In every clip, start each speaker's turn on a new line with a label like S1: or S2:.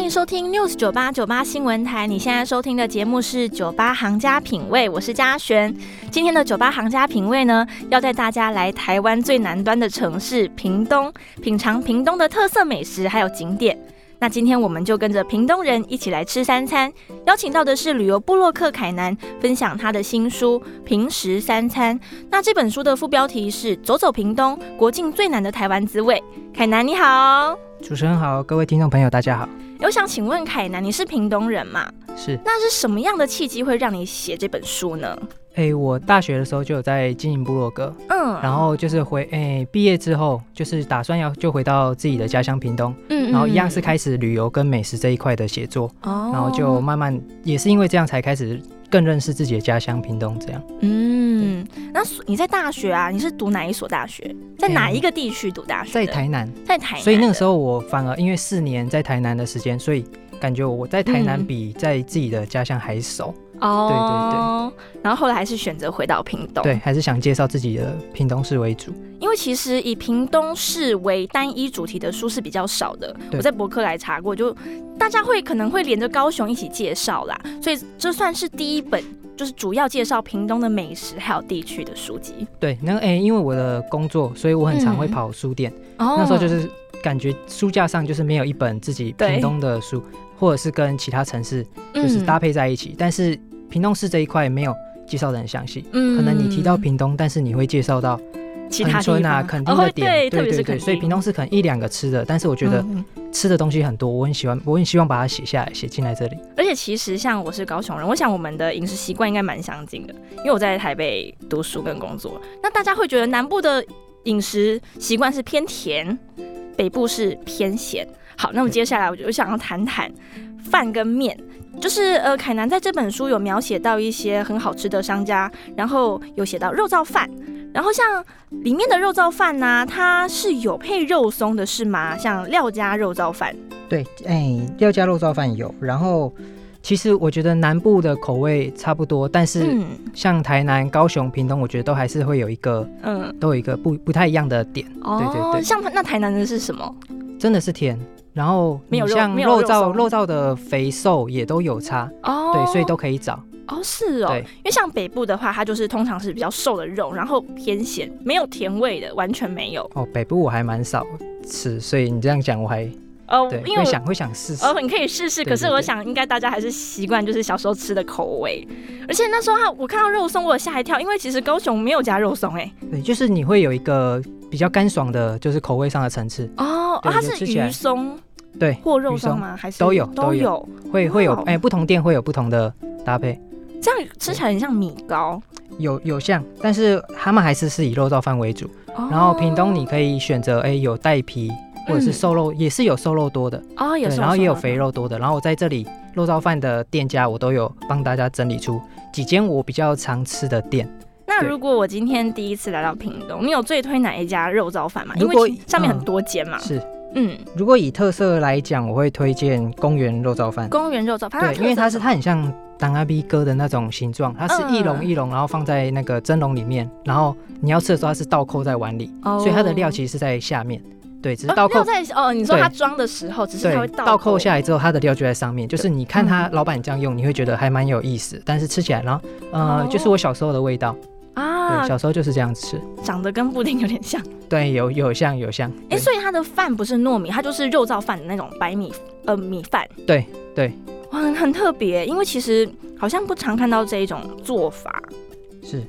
S1: 迎收听 News 九八九八新闻台。你现在收听的节目是《酒吧行家品味》，我是嘉璇。今天的《酒吧行家品味》呢，要带大家来台湾最南端的城市屏东，品尝屏东的特色美食还有景点。那今天我们就跟着屏东人一起来吃三餐，邀请到的是旅游部落客凯南，分享他的新书《平时三餐》。那这本书的副标题是“走走屏东，国境最南的台湾滋味”。凯南你好。
S2: 主持人好，各位听众朋友，大家好。
S1: 我想请问凯南，你是屏东人嘛？
S2: 是，
S1: 那是什么样的契机会让你写这本书呢？
S2: 哎、我大学的时候就有在经营部落格，
S1: 嗯，
S2: 然后就是回，哎、毕业之后就是打算要就回到自己的家乡屏东，
S1: 嗯
S2: 然后一样是，开始旅游跟美食这一块的写作，
S1: 哦
S2: 然后就，慢慢也是因为这样才开始更认识自己的家乡屏东。这样，
S1: 嗯，那所你在大学啊？你是读哪一所大学？在哪一个地区读大学？
S2: 嗯在，台南，
S1: 在台南的。
S2: 所以那个时候我反而因为四年在台南的时间，所以感觉我在台南
S1: 嗯
S2: 比在自己的家乡还熟。
S1: 哦，对对对。然后后来还是选择回到屏东，
S2: 对，，还是想介绍自己的屏东市为主。
S1: 因为其实以屏东市为单一主题的书是比较少的。
S2: 对
S1: 我在博客来查过，就大家会可能会连着高雄一起介绍啦，所以这算是第一本，就是主要介绍屏东的美食还有地区的书籍。
S2: 对，那哎、因为我的工作，所以我很常会
S1: 嗯
S2: 跑书店。
S1: 哦
S2: 那时候就是感觉书架上就是没有一本自己
S1: 对嗯
S2: 屏东的书，或者是跟其他城市就是搭
S1: 配，
S2: 配在一起，但是屏东市这一块没有介绍的很详细。
S1: 嗯
S2: 可能你提到屏东，但是你会介绍到
S1: 其他
S2: 恒
S1: 地方
S2: 春啊、垦丁
S1: 哦
S2: 的
S1: 对，
S2: 点，
S1: 特
S2: 对
S1: 别是
S2: 对
S1: 垦
S2: 对，
S1: 丁，
S2: 所以屏东是可能一两个吃的，但是我觉得
S1: 嗯
S2: 吃的东西很多，我很喜欢，我很希望把它写下来，写进来这里。
S1: 而且其实像我是高雄人，我想我们的饮食习惯应该蛮相近的，因为我在台北读书跟工作。那大家会觉得南部的饮食习惯是偏甜，北部是偏咸。好，那么接下来我就想要谈谈饭跟面。就是呃，凯南在这本书有描写到一些很好吃的商家，然后有写到肉燥饭，然后像里面的肉燥饭呢、它是有配肉松的，是吗？像廖家肉燥饭，
S2: 对，哎，廖家肉燥饭有，然后其实我觉得南部的口味差不多，但是
S1: 嗯
S2: 像台南、高雄、屏东，我觉得都还是会有一个
S1: 嗯，
S2: 都有一个不不太一样的点，
S1: 哦，
S2: 对对对
S1: 像那台南的是什么？
S2: 真的是甜。然后
S1: 没有
S2: 你
S1: 肉
S2: 像
S1: 没有肉
S2: 燥
S1: 松啊
S2: 肉燥的肥瘦也都有差，
S1: 哦
S2: 对，所以都可以找。
S1: 哦是哦，
S2: 对
S1: 因为像北部的话，它就是通常是比较瘦的肉，然后偏咸，没有甜味的，完全没有。
S2: 哦，北部我还蛮少吃，所以你这样讲我还
S1: 哦
S2: 对，
S1: 因为
S2: 会
S1: 我
S2: 想会想试试。
S1: 哦，你可以试试，
S2: 对
S1: 可是我
S2: 对对
S1: 想应该大家还是习惯就是小时候吃的口味，而且那时候它我看到肉松，我有吓一跳，因为其实高雄没有加肉松哎、
S2: 对，就是你会有一个比较干爽的，就是口味上的层次，
S1: 哦哦，
S2: 对
S1: 它
S2: 啊就是吃起来
S1: 鱼松
S2: 对，
S1: 或肉
S2: 鱼松
S1: 松吗？还是
S2: 都有
S1: 都
S2: 都有
S1: 有，
S2: 会会有
S1: 哇哦
S2: 哎、不同店会有不同的搭配，
S1: 这样吃起来很像米糕。
S2: 有有像，但是他们还是是以肉燥饭为主。然后屏东
S1: 哦
S2: 你可以选择哎、有带皮或者
S1: 嗯
S2: 是瘦肉，也是有瘦肉多的，
S1: 哦也
S2: 对，
S1: 是，
S2: 然后也有肥。肉多的。然后我在这里肉燥饭的店家，我都有帮大家整理出几间我比较常吃的店。
S1: 那
S2: 对
S1: 如果我今天第一次来到屏东，你有最推哪一家肉燥饭吗？因
S2: 如果
S1: 为其上面
S2: 嗯
S1: 很多间嘛。
S2: 是，
S1: 嗯，
S2: 如果以特色来讲，我会推荐公园肉燥饭。
S1: 公园肉燥饭，
S2: 对，因为它是它
S1: 它的特色
S2: 很像当阿 B 哥的那种形状，它
S1: 嗯
S2: 是一笼一笼，然后放在那个蒸笼里面，然后你要吃的时候它是倒扣在碗里，
S1: 什么，哦
S2: 所以它的料其实是在下面。对，只是
S1: 哦
S2: 倒
S1: 料
S2: 扣
S1: 在哦，你说
S2: 对
S1: 它装的时候，只是它会
S2: 对，
S1: 倒嗯
S2: 倒扣下来之后，它的料就在上面。就是你看它老板这样用，你会觉得还蛮有意思，但是吃起来，然后呃，
S1: 哦
S2: 就是我小时候的味道。
S1: 啊
S2: 对，，小时候就是这样吃。
S1: 长得跟布丁有点像。
S2: 嗯对，有有像有像。
S1: 哎，
S2: 对
S1: 所以它的饭不是糯米，它就是肉燥饭的那种白米呃米饭。
S2: 对对，
S1: 哇，很很特别，因为其实好像不常看到这一种做法。
S2: 是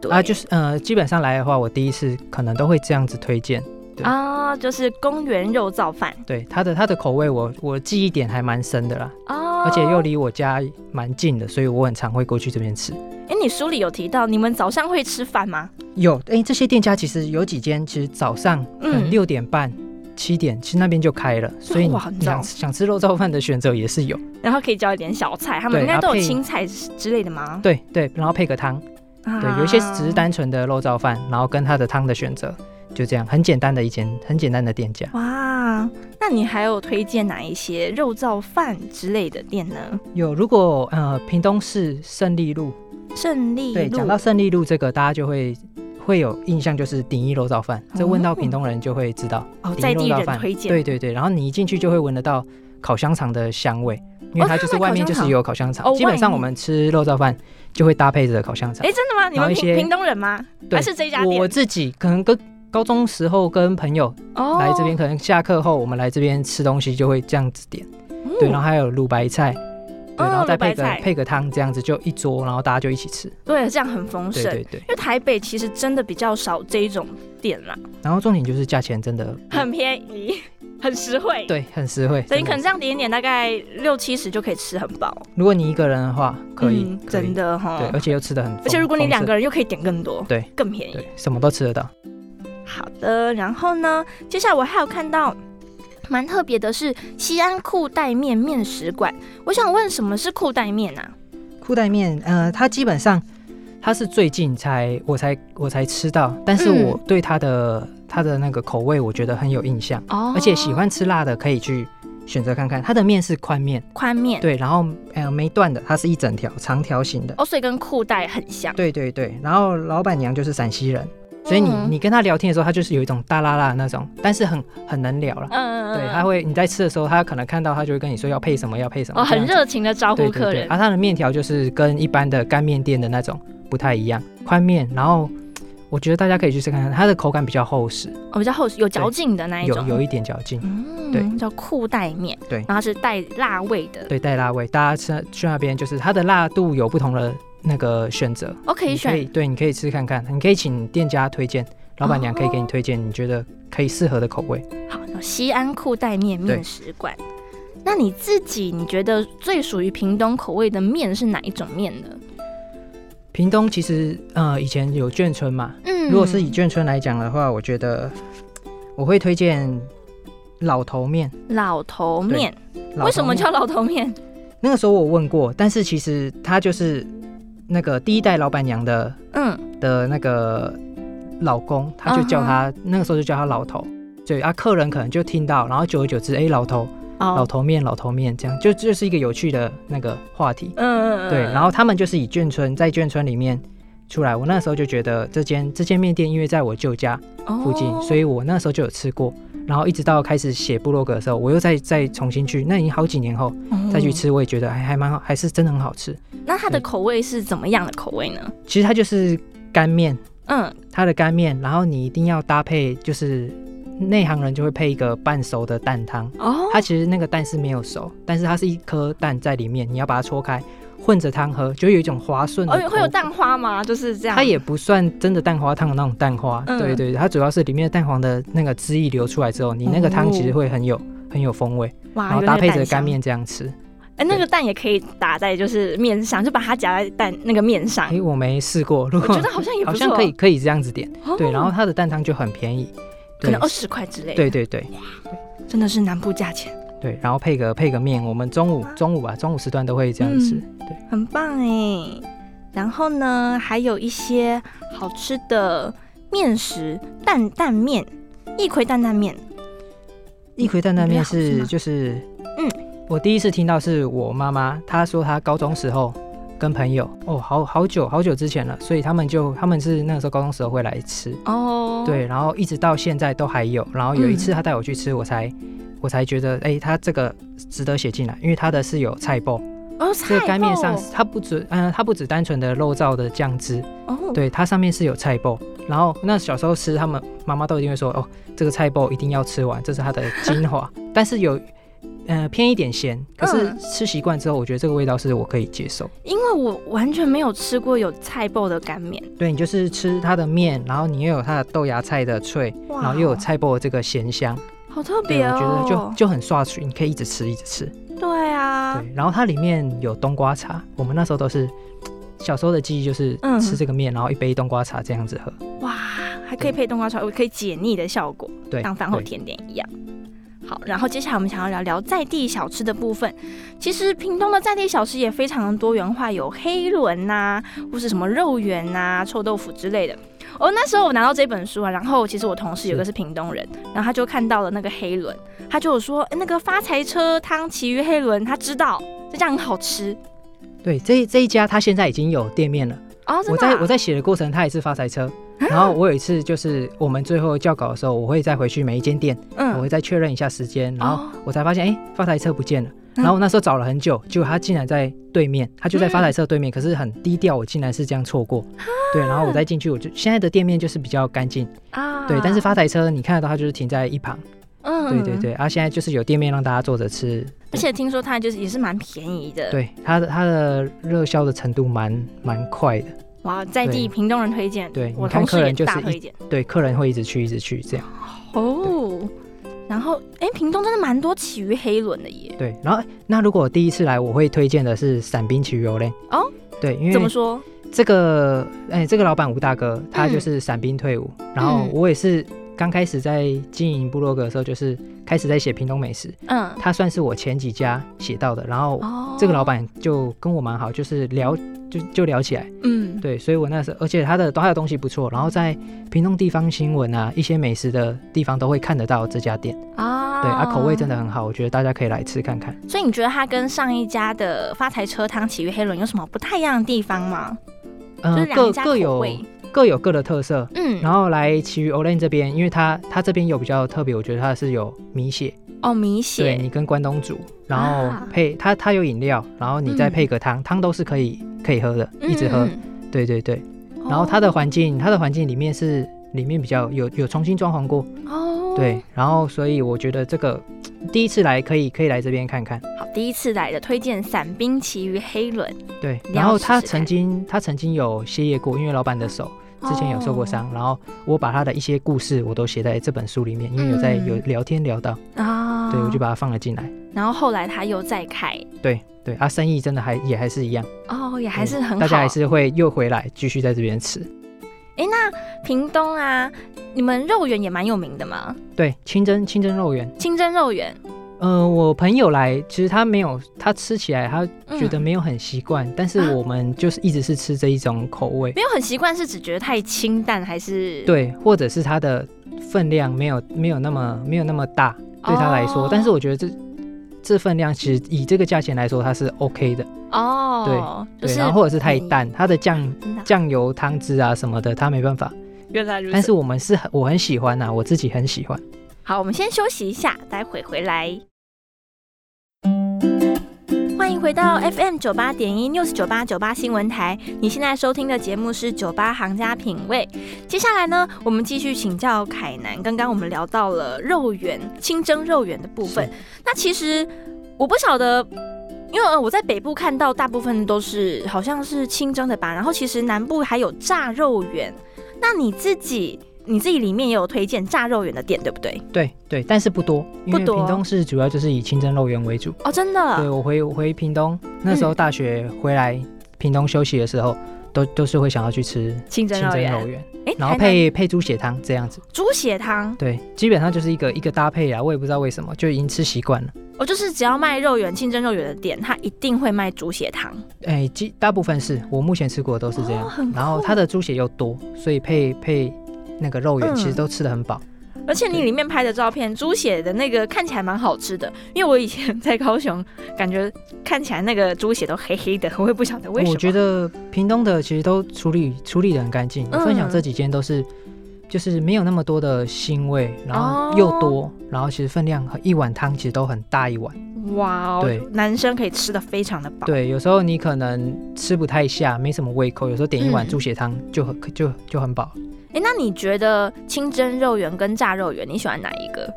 S1: 对
S2: 啊，就是呃，基本上来的话，我第一次可能都会这样子推荐。对
S1: 啊，就是公园肉燥饭
S2: 对它的它的口味我，我记忆点还蛮深的啦，
S1: 哦，
S2: 而且又离我家蛮近的，所以我很常会过去这边吃。
S1: 哎，你书里有提到你们早上会吃饭吗？
S2: 有哎，这些店家其实有几间，其实早上
S1: 嗯
S2: 嗯六点半、七点，其实那边就开了，所以你
S1: 哇很
S2: 你
S1: 早
S2: 想想吃肉燥饭的选择也是有。
S1: 然后可以浇一点小菜，他们
S2: 对
S1: 应该都
S2: 搭
S1: 有
S2: 配
S1: 青菜之类的吗？
S2: 对对，然后配个汤，对，有一些只是单纯的肉燥饭，然后跟它的汤的选择，就这样，很简单的一间很简单的店家。
S1: 啊哇，那你还有推荐哪一些肉燥饭之类的店呢？
S2: 有，如果呃屏东市胜利路，
S1: 胜利
S2: 对，
S1: 路
S2: 讲到胜利路这个，大家就会。会有印象就是鼎一肉燥饭，这问到屏东人就会知道。
S1: 哦，
S2: 鼎
S1: 在
S2: 一肉
S1: 地
S2: 燥
S1: 人
S2: 饭，
S1: 推荐，
S2: 对对对，然后你一进去就会闻得到烤香肠的香味，因
S1: 哦
S2: 为它就
S1: 它
S2: 是
S1: 卖
S2: 外面
S1: 烤
S2: 就
S1: 香
S2: 是有烤香肠，
S1: 哦
S2: 基本上
S1: 外面
S2: 我们吃肉燥饭就会搭配着烤香肠。
S1: 哎，真的吗？你们
S2: 一
S1: 屏
S2: 些
S1: 屏东人吗？
S2: 对
S1: 还是这一家
S2: 我
S1: 店？
S2: 自己可能跟高中时候跟朋友
S1: 哦
S2: 来这边，可能下课后我们来这边吃东西就会这样子点，
S1: 嗯
S2: 对，然后还有卤白菜，对，
S1: 嗯
S2: 然后再
S1: 卤白
S2: 配个
S1: 菜
S2: 配个汤，这样子就一桌，然后大家就一起吃，
S1: 对，这样很丰
S2: 对
S1: 盛。
S2: 对对。
S1: 因为台北其实真的比较少这一种店啦，
S2: 然后重点就是价钱真的
S1: 很便宜， 很实惠。，
S2: 对很实惠，
S1: 所以你
S2: 真
S1: 可
S2: 的
S1: 能这样点一点，大概六七十就可以吃很饱。
S2: 如果你一个人的话可以，
S1: 嗯
S2: 可以
S1: 真，的哈。
S2: 对，而且又吃的很丰，
S1: 而且如果你
S2: 丰盛
S1: 两个人又可以点更多，
S2: 对，
S1: 更便宜。
S2: 对什么都吃得到，
S1: 好的，然后呢，接下来我还有看到蛮特别的是西安裤带面面食馆，我想问什么是裤带面啊？
S2: 裤带面，呃，它基本上它是最近才我才我才吃到，但是
S1: 嗯
S2: 我对它的、它的那个口味我觉得很有印象，
S1: 哦
S2: 而且喜欢吃辣的可以去选择看看。它的面是宽面，
S1: 宽面，
S2: 对，然后呃没断的，它是一整条长条形的，
S1: 哦，所以跟裤带很像。
S2: 对对对。然后老板娘就是陕西人，所以你、
S1: 嗯
S2: 你跟她聊天的时候，她就是有一种大辣辣的那种，但是很很能聊了。
S1: 嗯，
S2: 对，
S1: 嗯
S2: 她
S1: 嗯
S2: 会你在吃的时候，她可能看到她就会跟你说要配什么，要配什么，
S1: 哦，很
S2: 这样子
S1: 热情的招
S2: 对
S1: 呼
S2: 对
S1: 客
S2: 对，
S1: 人。
S2: 啊，它的面条就是跟一般的干面店的那种不太一样，宽面，然后我觉得大家可以去试看看，它的口感比较厚实，
S1: 哦，比较厚实有嚼劲的那一
S2: 有
S1: 种，
S2: 有一点嚼劲，
S1: 嗯，
S2: 对
S1: 叫裤带面，
S2: 对
S1: 然后是带辣味的，
S2: 对，带辣味。大家吃去那边就是它的辣度有不同的那个选择，
S1: 哦，可以
S2: 你可以
S1: 选，
S2: 对，你可以吃看看，你可以请店家推荐，老板娘可以
S1: 哦
S2: 给你推荐你觉得可以适合的口味。
S1: 好，有西安裤带面
S2: 对
S1: 面食馆。那你自己，你觉得最属于屏东口味的面是哪一种面呢？
S2: 屏东其实呃以前有眷村嘛，
S1: 嗯
S2: 如果是以眷村来讲的话，我觉得我会推荐老头面。
S1: 老头面，
S2: 老
S1: 为
S2: 头
S1: 什么
S2: 面
S1: 叫老头面？
S2: 那个时候我问过，但是其实他就是那个第一代老板娘的
S1: 嗯，
S2: 的那个老公，他就叫他、那个时候就叫他老头。对啊，客人可能就听到，然后久而久之，哎、老头、老
S1: 哦，
S2: 头面、老头面，这样就就是一个有趣的那个话题。
S1: 嗯
S2: 对，然后他们就是以眷村在眷村里面出来，我那时候就觉得这间这间面店，因为在我舅家
S1: 后
S2: 附近，所以我那时候就有吃过。然后一直到开始写部落格的时候，我又再再重新去，那已经好几年后，再去。吃，我也觉得还还蛮好，还是真的很好吃。
S1: 哦那它的口味是怎么样的口味呢？
S2: 其实它就是干面，
S1: 嗯，
S2: 它的干面，然后你一定要搭配，就是内行人就会配一个半熟的蛋汤。
S1: 哦，
S2: 它其实那个蛋是没有熟，但是它是一颗蛋在里面，你要把它戳开，混着汤喝，就有一种滑顺的口
S1: 哦，
S2: 感。
S1: 会有蛋花吗？就是这样。
S2: 它也不算真的蛋花汤的那种蛋花，
S1: 嗯
S2: 对对，它主要是里面的蛋黄的那个汁液流出来之后，你那个汤其实会很有很有风味，
S1: 哇，
S2: 然后
S1: 有
S2: 搭
S1: 那个
S2: 配
S1: 蛋
S2: 着干
S1: 香
S2: 面这样吃。
S1: 哎、哦啊那
S2: 对
S1: 个蛋也可以打在就是面上，就把它夹在蛋那个面上。
S2: 诶，我没试过，如
S1: 我
S2: 果
S1: 觉得好像也不
S2: 哎好
S1: 错，
S2: 像可以可以这样子点，
S1: 哦
S2: 对，然后它的蛋汤就很便宜，
S1: 可
S2: 对
S1: 能二哦十块之类。
S2: 对，对对
S1: 真的是南部价钱，
S2: 对，然后配个配个面，我们中午
S1: 啊
S2: 中午吧，中午时段都会这样吃，对，
S1: 很棒哎。然后呢，还有一些好吃的面食，蛋蛋面、一葵蛋蛋面。
S2: 一葵蛋蛋面
S1: 你觉得好吃
S2: 是
S1: 吗
S2: 就是，
S1: 嗯，
S2: 我第一次听到是我妈妈，她说她高中时候跟朋友，哦，好好久好久之前了，所以他们就他们是那个时候高中时候会来吃，
S1: 哦，嗯
S2: 对，然后一直到现在都还有，然后有一次她带我去吃，我才我才觉得，哎，她这个值得写进来，因为她的是有菜包，
S1: 哦，
S2: 这个
S1: 菜
S2: 干面
S1: 包
S2: 上它不止，嗯、它不止单纯的肉燥的酱汁，
S1: 哦，
S2: 对，它上面是有菜包。然后那小时候吃，他们妈妈都一定会说，哦，这个菜包一定要吃完，这是它的 精华。但是有，呃，偏一点咸，可是
S1: 嗯
S2: 吃习惯之后，我觉得这个味道是我可以接受。
S1: 因为我完全没有吃过有菜包的干面，
S2: 对你就是吃它的面，然后你又有它的豆芽菜的脆，
S1: 哇
S2: 然后又有菜包的这个咸香，
S1: 好特
S2: 对，
S1: 别
S2: 我
S1: 哦。
S2: 觉得就就很刷嘴，你可以一直吃，一直吃。
S1: 对啊，
S2: 对，然后它里面有冬瓜茶，我们那时候都是小时候的记忆就是
S1: 嗯
S2: 吃这个面，然后一杯冬瓜茶这样子喝。
S1: 哇，还可以配冬瓜条，可以解腻的效果，
S2: 对，
S1: 当饭后
S2: 对
S1: 甜点一样。好，然后接下来我们想要聊聊在地小吃的部分。其实屏东的在地小吃也非常的多元化，有黑轮呐、或是什么肉圆呐、臭豆腐之类的。哦，那时候我拿到这本书啊，然后其实我同事有个是屏东人，然后他就看到了那个黑轮，他就有说、诶那个发财车汤其余黑轮，他知道这家很好吃
S2: 对，这这一家它现在已经有店面了。
S1: 哦，真
S2: 我
S1: 的啊、啊
S2: 在我在写的过程，它也是发财车，然后我有一次就是我们最后校稿的时候，我会再回去每一间店，我
S1: 嗯，
S2: 会再确认一下时间，然后
S1: 哦嗯
S2: 我才发现，哎、发财车不见了。然后我那时候找了很久，结果他竟然在对面，他就在
S1: 嗯
S2: 发财车对面，可是很低调，我竟然是这样错过。
S1: 啊
S2: 对，然后我再进去，我就现在的店面就是比较干净，
S1: 啊
S2: 对，但是发财车你看得到，它就是停在一旁，
S1: 嗯
S2: 对对，对，啊，现在就是有店面让大家坐着吃，
S1: 而且听说它就是也是蛮便宜的，，
S2: 对，它的它的热销的程度蛮蛮快的，
S1: 哇，在地
S2: 对
S1: 屏东人推荐，
S2: 对
S1: 我
S2: 你看
S1: 同事
S2: 客
S1: 也
S2: 人就是
S1: 大
S2: 一
S1: 推荐
S2: 对，客人会一直去一直去这样。
S1: 哦。然后，哎，屏东真的蛮多起于黑轮的耶，
S2: 对，然后那如果第一次来，我会推荐的是伞兵奇游嘞。
S1: 哦，
S2: 对，因
S1: 怎么
S2: 为
S1: 说？
S2: 这个哎、这个老板吴大哥，他就是伞兵退伍，然后
S1: 嗯
S2: 我也是刚开始在经营部落格的时候，就是开始在写屏东美食，
S1: 嗯，
S2: 他算是我前几家写到的，然后
S1: 哦
S2: 这个老，板就跟我蛮好，就是聊就就聊起来，
S1: 嗯，
S2: 对，所以我那时候，而且他的他的东西不错，然后在屏东地方新闻啊，一些美食的地方都会看得到这家店，
S1: 啊，
S2: 对，啊口味真的很好，我觉得大家可以来吃看看。
S1: 所以你觉得它跟上一家的发财车汤起于黑轮有什么不太一样的地方吗？就
S2: 嗯
S1: 是，两
S2: 各
S1: 家
S2: 各
S1: 口
S2: 有
S1: 味，
S2: 各有各的特色。
S1: 嗯，
S2: 然后来其余 Olen 这边，因为它它这边有比较特别，我觉得它是有米血，
S1: 哦，米
S2: 对
S1: 血，
S2: 你跟关东煮，然
S1: 啊
S2: 后配、它它有饮料，然后你再
S1: 嗯
S2: 配个汤，汤都是可以可以喝的，一直喝。
S1: 嗯，
S2: 对对对，
S1: 嗯
S2: 然后它的环境，它的环境里面是里面比较有有重新装潢过，
S1: 哦，
S2: 对，然后所以我觉得这个第一次来可以可以来这边看看，
S1: 好，第一次来的推荐伞兵奇于黑轮，
S2: 对，
S1: 你要
S2: 然后他
S1: 试试看
S2: 曾经他曾经有歇业过，因为老板的手。之前有受过
S1: 哦
S2: 伤，然后我把他的一些故事我都写在这本书里面，因为有在
S1: 嗯
S2: 有聊天聊到，
S1: 啊，
S2: 对我就把它放了进来。
S1: 然后后来他又再开，
S2: 对对，啊，生意真的还也还是一样，
S1: 哦，也还是很好，
S2: 大家还是会又回来继续在这边吃。
S1: 哎，那屏东啊，你们肉圆也蛮有名的嘛，
S2: 对，清蒸清蒸肉圆，
S1: 清蒸肉圆，
S2: 呃，我朋友来，其实他没有，他吃起来他
S1: 嗯
S2: 觉得没有很习惯，但
S1: 啊
S2: 是我们就是一直是吃这一种口味，
S1: 没有很习惯，是只觉得太清淡还是？
S2: 对，或者是它的分量没有没有那么没有那么大对他来说，
S1: 哦
S2: 但是我觉得这这份量其实以这个价钱来说，它是 OK 的。
S1: 哦，就
S2: 对，
S1: 是
S2: 然后或者是太
S1: 嗯
S2: 淡，它的酱
S1: 真的啊
S2: 酱油汤汁啊什么的，它没办法。
S1: 原来如
S2: 但是我们是很我很喜欢啊呐、我自己很喜欢。
S1: 好，我们先休息一下，待会回来。欢迎回到 FM 九八点一 News 九八九八新闻台，你现在收听的节目是《酒吧行家品味》。接下来呢，我们继续请教凯南。刚刚我们聊到了肉圆、清蒸肉圆的部分
S2: 是，
S1: 那其实我不晓得。因为呃我在北部看到大部分都是好像是清蒸的吧，然后其实南部还有炸肉圆。那你自己你自己里面也有推荐炸肉圆的店，对不对？
S2: 对对，但是不多，因
S1: 不
S2: 为
S1: 多
S2: 屏东市主要就是以清蒸肉圆为主。
S1: 哦，真的。
S2: 对我回我回屏东那时
S1: 嗯
S2: 候大学回来屏东休息的时候，都都是会想要去吃
S1: 清蒸
S2: 清
S1: 肉
S2: 蒸
S1: 圆，
S2: 肉圆，
S1: 哎
S2: 然后
S1: 台南
S2: 配配猪血汤这样子。
S1: 猪血汤，
S2: 对，基本上就是一个一个搭配啊啦，我也不知道为什么，就已经吃习惯了。
S1: 我哦就是只要卖肉圆、清蒸肉圆的店，它一定会卖猪血汤。
S2: 哎，基大部分是我目前吃过的都是这样，
S1: 哦很
S2: 然后
S1: 酷
S2: 它的猪血又多，所以配配那个肉圆
S1: 嗯
S2: 其实都吃的很饱。
S1: 而且你
S2: 对
S1: 里面拍的照片，猪血的那个看起来蛮好吃的，因为我以前在高雄，感觉看起来那个猪血都黑黑的，我也不晓得为什么。
S2: 我觉得屏东的其实都处理处理的很干净，我分享
S1: 嗯
S2: 这几间都是就是没有那么多的腥味，然
S1: 哦
S2: 后又多，然后其实分量和一碗汤其实都很大一碗。
S1: 哇
S2: 对
S1: 哦，男生可以吃的非常的饱。
S2: 对，有时候你可能吃不太下，没什么胃口，有时候点一碗
S1: 嗯
S2: 猪血汤就很、就就很饱。
S1: 哎，那你觉得清蒸肉圆跟炸肉圆，你喜欢哪一个？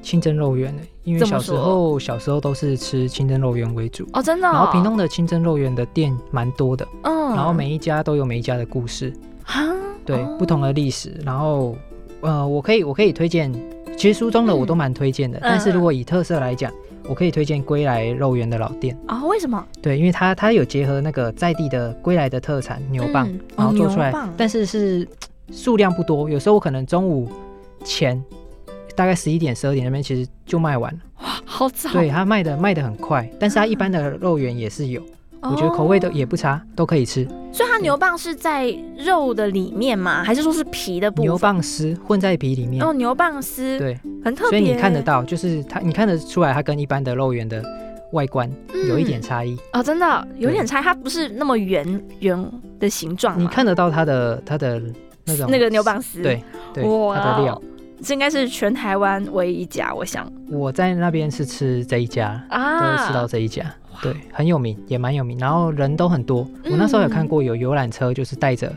S2: 清蒸肉圆，因为
S1: 这么
S2: 小时
S1: 说
S2: 候小时候都是吃清蒸肉圆为主。
S1: 哦，真的、哦。
S2: 然后屏，东的清蒸肉圆的店蛮多的，
S1: 嗯
S2: 然后每一家都有每一家的故事，
S1: 啊，
S2: 对、
S1: 哦
S2: 不同的历史。然后，呃，我可以我可以推荐，其实书中的我都
S1: 嗯
S2: 蛮推荐的，但是
S1: 嗯嗯
S2: 如果以特色来讲，我可以推荐归来肉圆的老店，
S1: 哦，为什么？
S2: 对，因为它它有结合那个在地的归来的特产牛蒡，
S1: 嗯
S2: 然后做出
S1: 哦
S2: 来
S1: 牛蒡，
S2: 但是是数量不多，有时候我可能中午前。大概十一点、十二点那边其实就卖完了，
S1: 啊好早。
S2: 对，它卖的卖的很快，但是它一般的肉圆也是有，
S1: 哦
S2: 我觉得口味
S1: 的
S2: 都也不差，都可以吃。
S1: 所以它牛蒡是在肉的里面吗？还是说是皮的部分？
S2: 牛蒡丝混在皮里面，
S1: 哦，牛蒡丝，
S2: 对，
S1: 很特
S2: 所
S1: 别。
S2: 以你看得到，就是它，你看得出来它跟一般的肉圆的外观
S1: 嗯
S2: 有一点差异，
S1: 哦，真的有点差，它不是那么圆圆的形状嘛。
S2: 你看得到它的它的那种
S1: 嗯那个牛蒡丝，
S2: 对对它的料。
S1: 这应该是全台湾唯一一家，我想
S2: 我在那边是吃这一家，都是吃到
S1: 啊，
S2: 这一家，对，很有名，也蛮有名，然后人都很多。
S1: 嗯
S2: 我那时候有看过有游览车，就是带着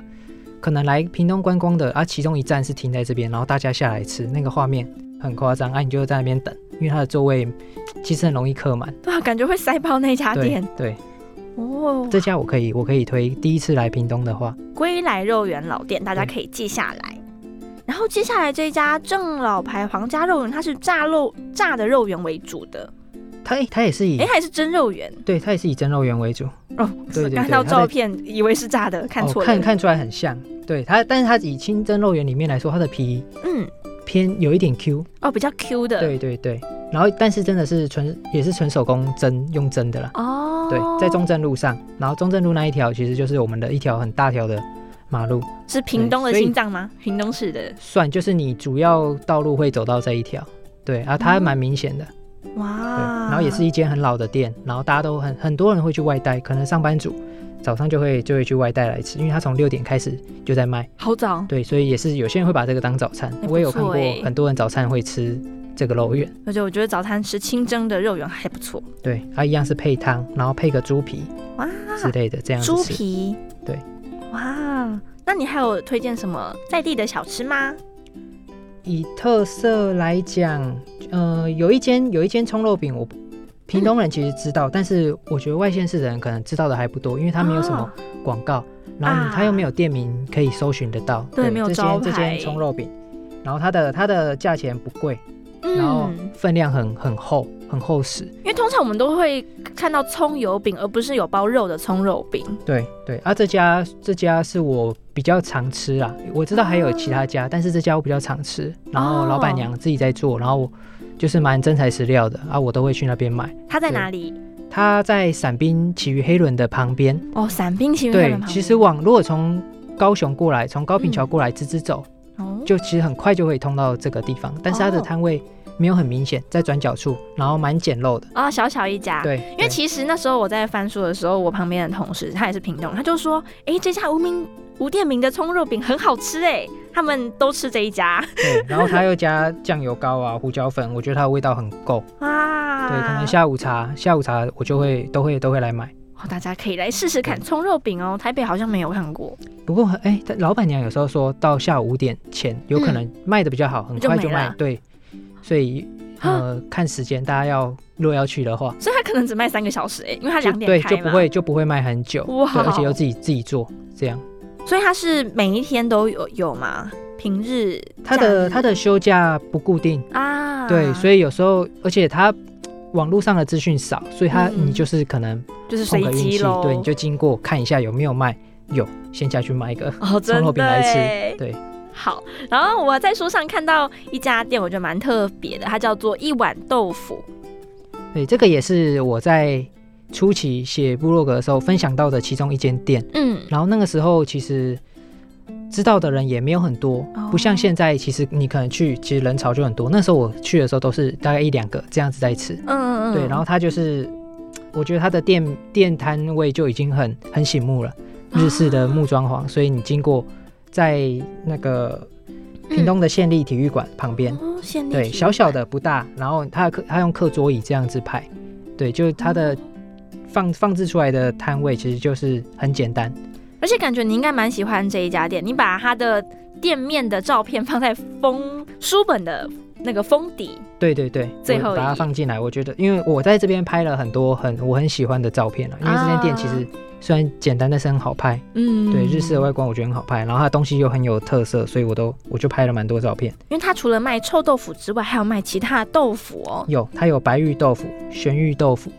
S2: 可能来屏东观光的，啊，其中一站是停在这边，然后大家下来吃，那个画面很夸张，啊，你就在那边等，因为它的座位其实很容易客满。
S1: 对啊，感觉会塞爆那家
S2: 对
S1: 店
S2: 对，
S1: 哦。
S2: 这家我可以，我可以推。第一次来屏东的话，
S1: 归来肉圆老店，大家可以记下来。然后接下来这一家正老牌皇家肉圆，它是炸肉炸的肉圆为主的，
S2: 它诶它也是以
S1: 哎，还是真肉圆
S2: 对，它也是以蒸肉圆为主。
S1: 哦。
S2: 对对对
S1: 看到
S2: 它在
S1: 照片以为是炸的，看错了。
S2: 哦、看看出来很像。对它，但是它以清蒸肉圆里面来说，它的皮
S1: 嗯，
S2: 偏有一点 Q，
S1: 哦，比较 Q 的，
S2: 对对对。然后，但是真的是纯也是纯手工蒸用蒸的啦。
S1: 哦，
S2: 对，在中正路上，然后中正路那一条其实就是我们的一条很大条的马路，
S1: 是屏东的
S2: 对所以
S1: 心脏吗？屏东市的，
S2: 算就是你主要道路会走到这一条。对啊，它还
S1: 哦
S2: 蛮明显的。对，
S1: 哇，
S2: 然后也是一间很老的店，然后大家都很很多人会去外带，可能上班族早上就会就会去外带来吃，因为它从六点开始就在卖。
S1: 好早，
S2: 对，所以也是有些人会把这个当早餐
S1: 不。错
S2: 我也有看过
S1: 欸
S2: 很多人早餐会吃这个肉圆，
S1: 而且我觉得早餐吃清蒸的肉圆还不错，
S2: 对，啊它一样是配汤，然后配个猪皮
S1: 哇，
S2: 之类的这样子
S1: 猪
S2: 吃。
S1: 皮，
S2: 对，
S1: 哇，那你还有推荐什么在地的小吃吗？
S2: 以特色来讲，呃，有一间有一间葱肉饼，我屏东人其实知道，但是我觉得外县市的人可能知道的还不多，因为它没有什么
S1: 哦
S2: 广告，然后
S1: 啊
S2: 你它又没有店名可以搜寻得到。
S1: 对没有
S2: 这
S1: 招
S2: 间这
S1: 牌
S2: 间葱肉饼，然后它的它的价钱不贵，然后
S1: 嗯，
S2: 分量很很厚，很厚实。
S1: 因为通常我们都会看到葱油饼，而不是有包肉的葱肉饼。
S2: 对对啊，这家这家是我比较常吃啦，我知道还有其他
S1: 哦
S2: 家，但是这家我比较常吃。然后老板娘自己在做，然后我就是蛮真材实料的啊，我都会去那边买。
S1: 它在哪里？
S2: 它在伞兵奇鱼黑轮的旁边，
S1: 哦，伞兵奇云
S2: 对，其实往如果从高雄过来，从高
S1: 嗯
S2: 平桥过来直直走，
S1: 哦，
S2: 就其实很快就可以通到这个地方，但是它的
S1: 哦
S2: 摊位没有很明显，在转角处，然后蛮简陋的。
S1: 啊、小小一家。
S2: 对，
S1: 因为
S2: 对
S1: 其实那时候我在翻书的时候，我旁边的同事他也是屏东人，他就说：“哎、这家无名无店名的葱肉饼很好吃哎，他们都吃这一 家
S2: 对，然后它又加酱油膏啊、胡椒粉，我觉得它的味道很够。
S1: 啊。”嗯
S2: 对，可能下午茶，下午茶我就会都会都会来买。
S1: 哦，大家可以来试试看葱肉饼哦，台北好像没有看过，
S2: 不过哎，但老板娘有时候说到下午五点前，有可能卖的比较好，很
S1: 嗯就
S2: 快
S1: 没
S2: 就卖
S1: 了。啊
S2: 对，所以呃，看时间，大家要如果要去的话，
S1: 所以他可能只卖三个小时哎，因为他
S2: 就
S1: 两
S2: 对
S1: 点开
S2: 就
S1: 嘛，
S2: 不会就不会卖很久，
S1: 哇
S2: 对，而且又自己自己做这样。
S1: 所以他是每一天都有有吗？平日
S2: 他
S1: 假
S2: 的
S1: 日
S2: 他的休假不固定，
S1: 啊，
S2: 对，所以有时候而且他网络上的资讯少，所以他
S1: 嗯
S2: 你就是可能
S1: 以就是
S2: 碰
S1: 随
S2: 个运
S1: 机
S2: 气，
S1: 喽。
S2: 对，你就经过看一下有没有卖，有先下去买一个
S1: 哦，
S2: 葱
S1: 真
S2: 肉饼
S1: 的
S2: 来
S1: 耶
S2: 吃，对。
S1: 好，然后我在书上看到一家店，我觉得蛮特别的，它叫做一碗豆腐。
S2: 对，这个也是我在初期写部落格的时候分享到的其中一间店。
S1: 嗯，
S2: 然后那个时候其实知道的人也没有很多，不像
S1: 哦
S2: 现在，其实你可能去，其实人潮就很多。那时候我去的时候都是大概一两个这样子在吃。
S1: 嗯嗯嗯，
S2: 对，然后它就是，我觉得它的店店摊位就已经很很醒目了，日式
S1: 啊
S2: 的木装潢，所以你经过在那个
S1: 嗯
S2: 屏东的县立体育馆旁边，
S1: 哦，限定
S2: 对，小小的不大，然后它的课它用课桌椅这样子排，对，就它
S1: 哦
S2: 的
S1: 嗯
S2: 放放置出来的摊位其实就是很简单，
S1: 而且感觉
S2: 嗯
S1: 你应该嗯蛮喜欢这一家店，你把它的店面的照片放在封书本的那个封底，
S2: 对对对，
S1: 最
S2: 我
S1: 后
S2: 把它
S1: 一
S2: 放进来，我觉得因为我在这边拍了很多很我很喜欢的照片了，因为这间店其实虽然简单，但是很好拍，
S1: 啊嗯，
S2: 对，日式的外观我觉得很好拍，然后它的东西又很有特色，所以我都我就拍了蛮多照片，
S1: 因为它除了卖臭豆腐之外，还有卖其他的豆腐哦。
S2: 有它有白玉豆腐、玄玉豆腐，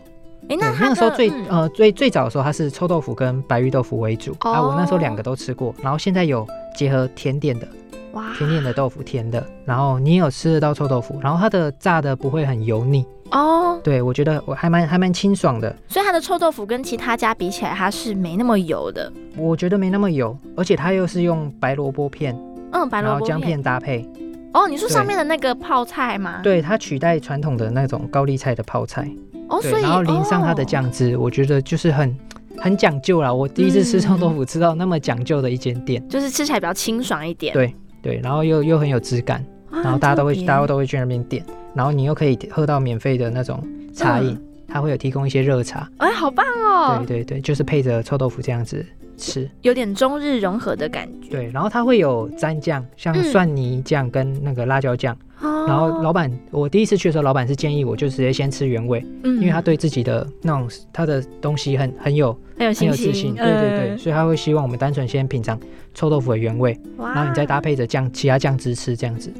S1: 哎，
S2: 对
S1: 那，它的
S2: 那个时候最、
S1: 嗯
S2: 呃最最早的时候，它是臭豆腐跟白玉豆腐为主、啊。我那时候两
S1: 哦
S2: 个都吃过，然后现在有结合甜点的，
S1: 哇
S2: 甜点的豆腐甜的，然后你也有吃得到臭豆腐，然后它的炸的不会很油腻，
S1: 哦，
S2: 对我觉得我还蛮还蛮清爽的，
S1: 所以它的臭豆腐跟其他家比起来，它是没那么油的。
S2: 我觉得没那么油，而且它又是用白萝卜片，
S1: 嗯，白
S2: 然
S1: 萝
S2: 后
S1: 卜
S2: 姜片搭配，
S1: 哦，你说
S2: 对
S1: 上面的那个泡菜吗？，
S2: 对它取代传统的那种高丽菜的泡菜，
S1: 哦，所
S2: 对，
S1: 以
S2: 然后淋上它的
S1: 哦
S2: 酱汁，我觉得就是很很讲究啦。我第一次吃臭
S1: 嗯
S2: 豆腐吃到那么讲究的一间店，
S1: 就是吃起来比较清爽一点。啊
S2: 对对，然后又又很有质感，
S1: 哇，
S2: 然后大家都会
S1: 很特别
S2: 大家都会去那边点，然后你又可以喝到免费的那种茶饮，它会有提供一些热茶，
S1: 哎，好棒嗯哦
S2: 对，对对，就是配着臭豆腐这样子吃。
S1: 有点中日融合的感觉。
S2: 对，然后它会有蘸酱，像
S1: 嗯
S2: 蒜泥酱跟那个辣椒酱。
S1: 哦，
S2: 然后老板，我第一次去的时候，老板是建议我就直接先吃原味，
S1: 嗯，
S2: 因为他对自己的那种他的东西很很有
S1: 很有
S2: 很
S1: 信
S2: 有
S1: 心，嗯
S2: 自信，对对对，所以他会希望我们单纯先品尝臭豆腐的原味，
S1: 对，哇
S2: 然后你再搭。配着酱其他酱汁吃这样子。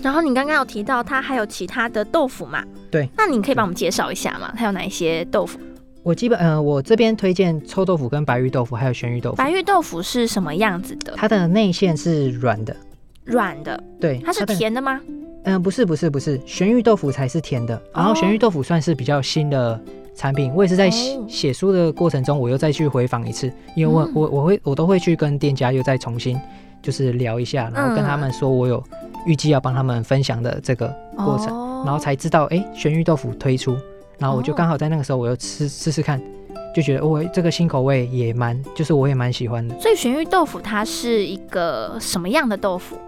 S1: 然后你刚刚有提到它还有其他的豆腐嘛？
S2: 对，
S1: 那你可以帮我们介绍一下吗？它有哪一些豆腐？
S2: 我基本呃，我这边推荐臭豆腐跟白玉豆腐还有玄玉豆腐，
S1: 白玉豆腐是什么样子的？
S2: 它的内馅是软的，
S1: 软的，
S2: 对，
S1: 它是
S2: 的。
S1: 甜的吗？
S2: 嗯、不是不是不是，玄玉豆腐才是甜的。然后玄玉豆腐算是比较新的产品，我也是在写
S1: 哦
S2: 写书的过程中，我又再去回访一次，因为我、
S1: 嗯
S2: 我我会我都会去跟店家又再重新就是聊一下，然后跟他
S1: 嗯
S2: 们说我有预计要帮他们分享的这个过程，
S1: 哦
S2: 然后才知道哎、玄玉豆腐推出，然后我就
S1: 哦
S2: 刚好在那个时候我又吃试试看，就觉得我、这个新口味也蛮，就是我也蛮喜欢的。
S1: 所以玄玉豆腐它是一个什么样的豆腐？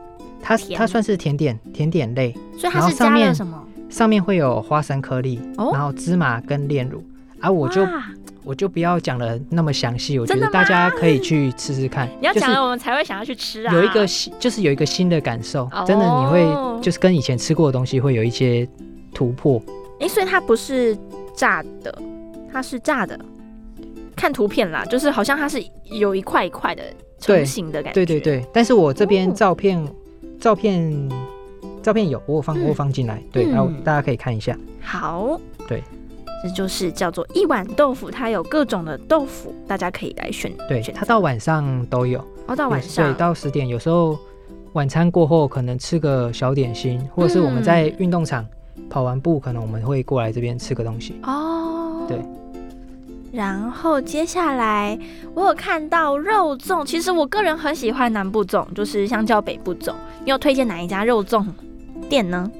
S2: 它
S1: 甜
S2: 它算是甜点甜点类，
S1: 所以
S2: 然
S1: 它
S2: 后
S1: 是加
S2: 上面
S1: 了什么？
S2: 上面会有花生颗粒，
S1: 哦
S2: 然后芝麻跟炼乳。啊，我就
S1: 哇
S2: 我就不要讲的那么详细，我觉
S1: 真的
S2: 得
S1: 吗
S2: 大家可以去吃吃看。
S1: 你要
S2: 就是
S1: 讲了，我们才会想要去吃啊。
S2: 有一个新，就是有一个新的感受，
S1: 哦
S2: 真的你会就是跟以前吃过的东西会有一些突破。
S1: 诶，所以它不是炸的，它是炸的。看图片啦，就是好像它是有一块一块的成
S2: 对
S1: 型的感觉。
S2: 对对，对，但是我这边
S1: 哦
S2: 照片、照片照片有，我有放、
S1: 嗯
S2: 我有放进来，对，然后
S1: 嗯
S2: 大家可以看一下。
S1: 好，
S2: 对，
S1: 这就是叫做一碗豆腐，它有各种的豆腐，大家可以来选。
S2: 对，
S1: 选
S2: 它到晚上都有，
S1: 哦，到
S2: 有
S1: 晚上，
S2: 对，到十点，有时候晚餐过后可能吃个小点心，或者是我们在
S1: 嗯
S2: 运动场跑完步，可能我们会过来这边吃个东西。
S1: 哦，
S2: 对。
S1: 然后接下来我有看到肉粽，其实我个人很喜欢南部粽，就是相较北部粽。你有推荐哪一家肉粽店呢？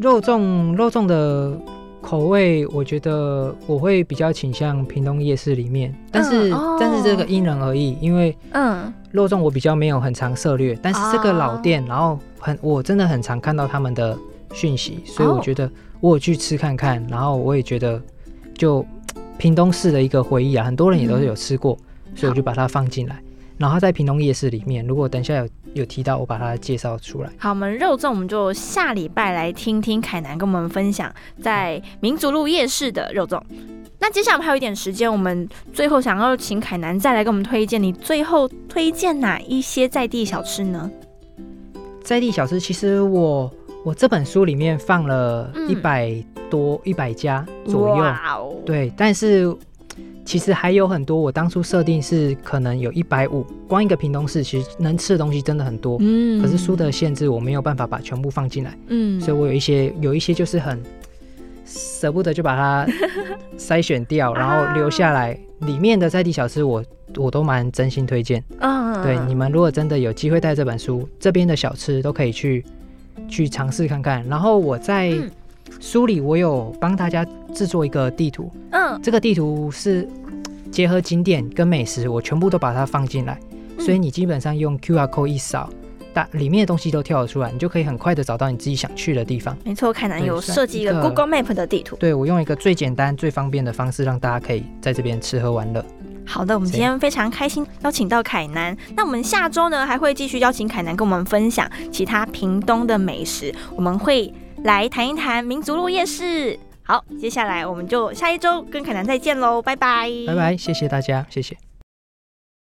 S2: 肉粽肉粽的口味，我觉得我会比较倾向屏东夜市里面，但是、
S1: 哦
S2: 但是这个因人而异，因为
S1: 嗯，
S2: 肉粽我比较没有很常涉略，但是这个
S1: 哦
S2: 老店，然后很我真的很常看到他们的讯息，所以
S1: 哦
S2: 我觉得我有去吃看看，然后我也觉得就嗯屏东市的一个回忆啊，很多人也都是有吃过，
S1: 嗯
S2: 所以我就把它放进来。然后它在屏东夜市里面，如果等一下有有提到，我把它介绍出来。
S1: 好，我们肉粽我们就下礼拜来听听凯南跟我们分享在民族路夜市的肉粽。那接下来我们还有一点时间，我们最后想要请凯南再来给我们推荐，你最后推荐哪一些在地小吃呢？
S2: 在地小吃，其实我我这本书里面放了
S1: 嗯
S2: 一百多一百家左右，
S1: 哇哦，
S2: 对，但是其实还有很多，我当初设定是可能有一百五，光一个屏东市其实能吃的东西真的很多，
S1: 嗯
S2: 可是书的限制我没有办法把全部放进来，
S1: 嗯
S2: 所以我有一些有一些就是很舍不得就 把它筛选掉，然后留
S1: 啊
S2: 下来。里面的在地小吃我我都蛮真心推荐，
S1: 嗯
S2: 对你们如果真的有机会带这本书，这边的小吃都可以去去尝试看看。然后我在
S1: 嗯
S2: 书里我有帮大家制作一个地图，
S1: 嗯
S2: 这个地图是嗯结合景点跟美食，我全部都把它放进来，
S1: 嗯
S2: 所以你基本上用 QR code 一扫，大里面的东西都跳得出来，你就可以很快的找到你自己想去的地方。
S1: 没错，凯南
S2: 对
S1: 有
S2: 算
S1: 设计一个
S2: 一个
S1: Google Map 的地图。
S2: 对我用一个最简单、最方便的方式，让大家可以在这边吃喝玩乐。
S1: 好的，我们今天非常开心邀请到凯南。那我们下周呢还会继续邀请凯南跟我们分享其他屏东的美食，我们会来谈一谈民族路夜市。好，接下来我们就下一周跟凯南再见喽，拜拜，
S2: 拜拜，谢谢大家，谢谢。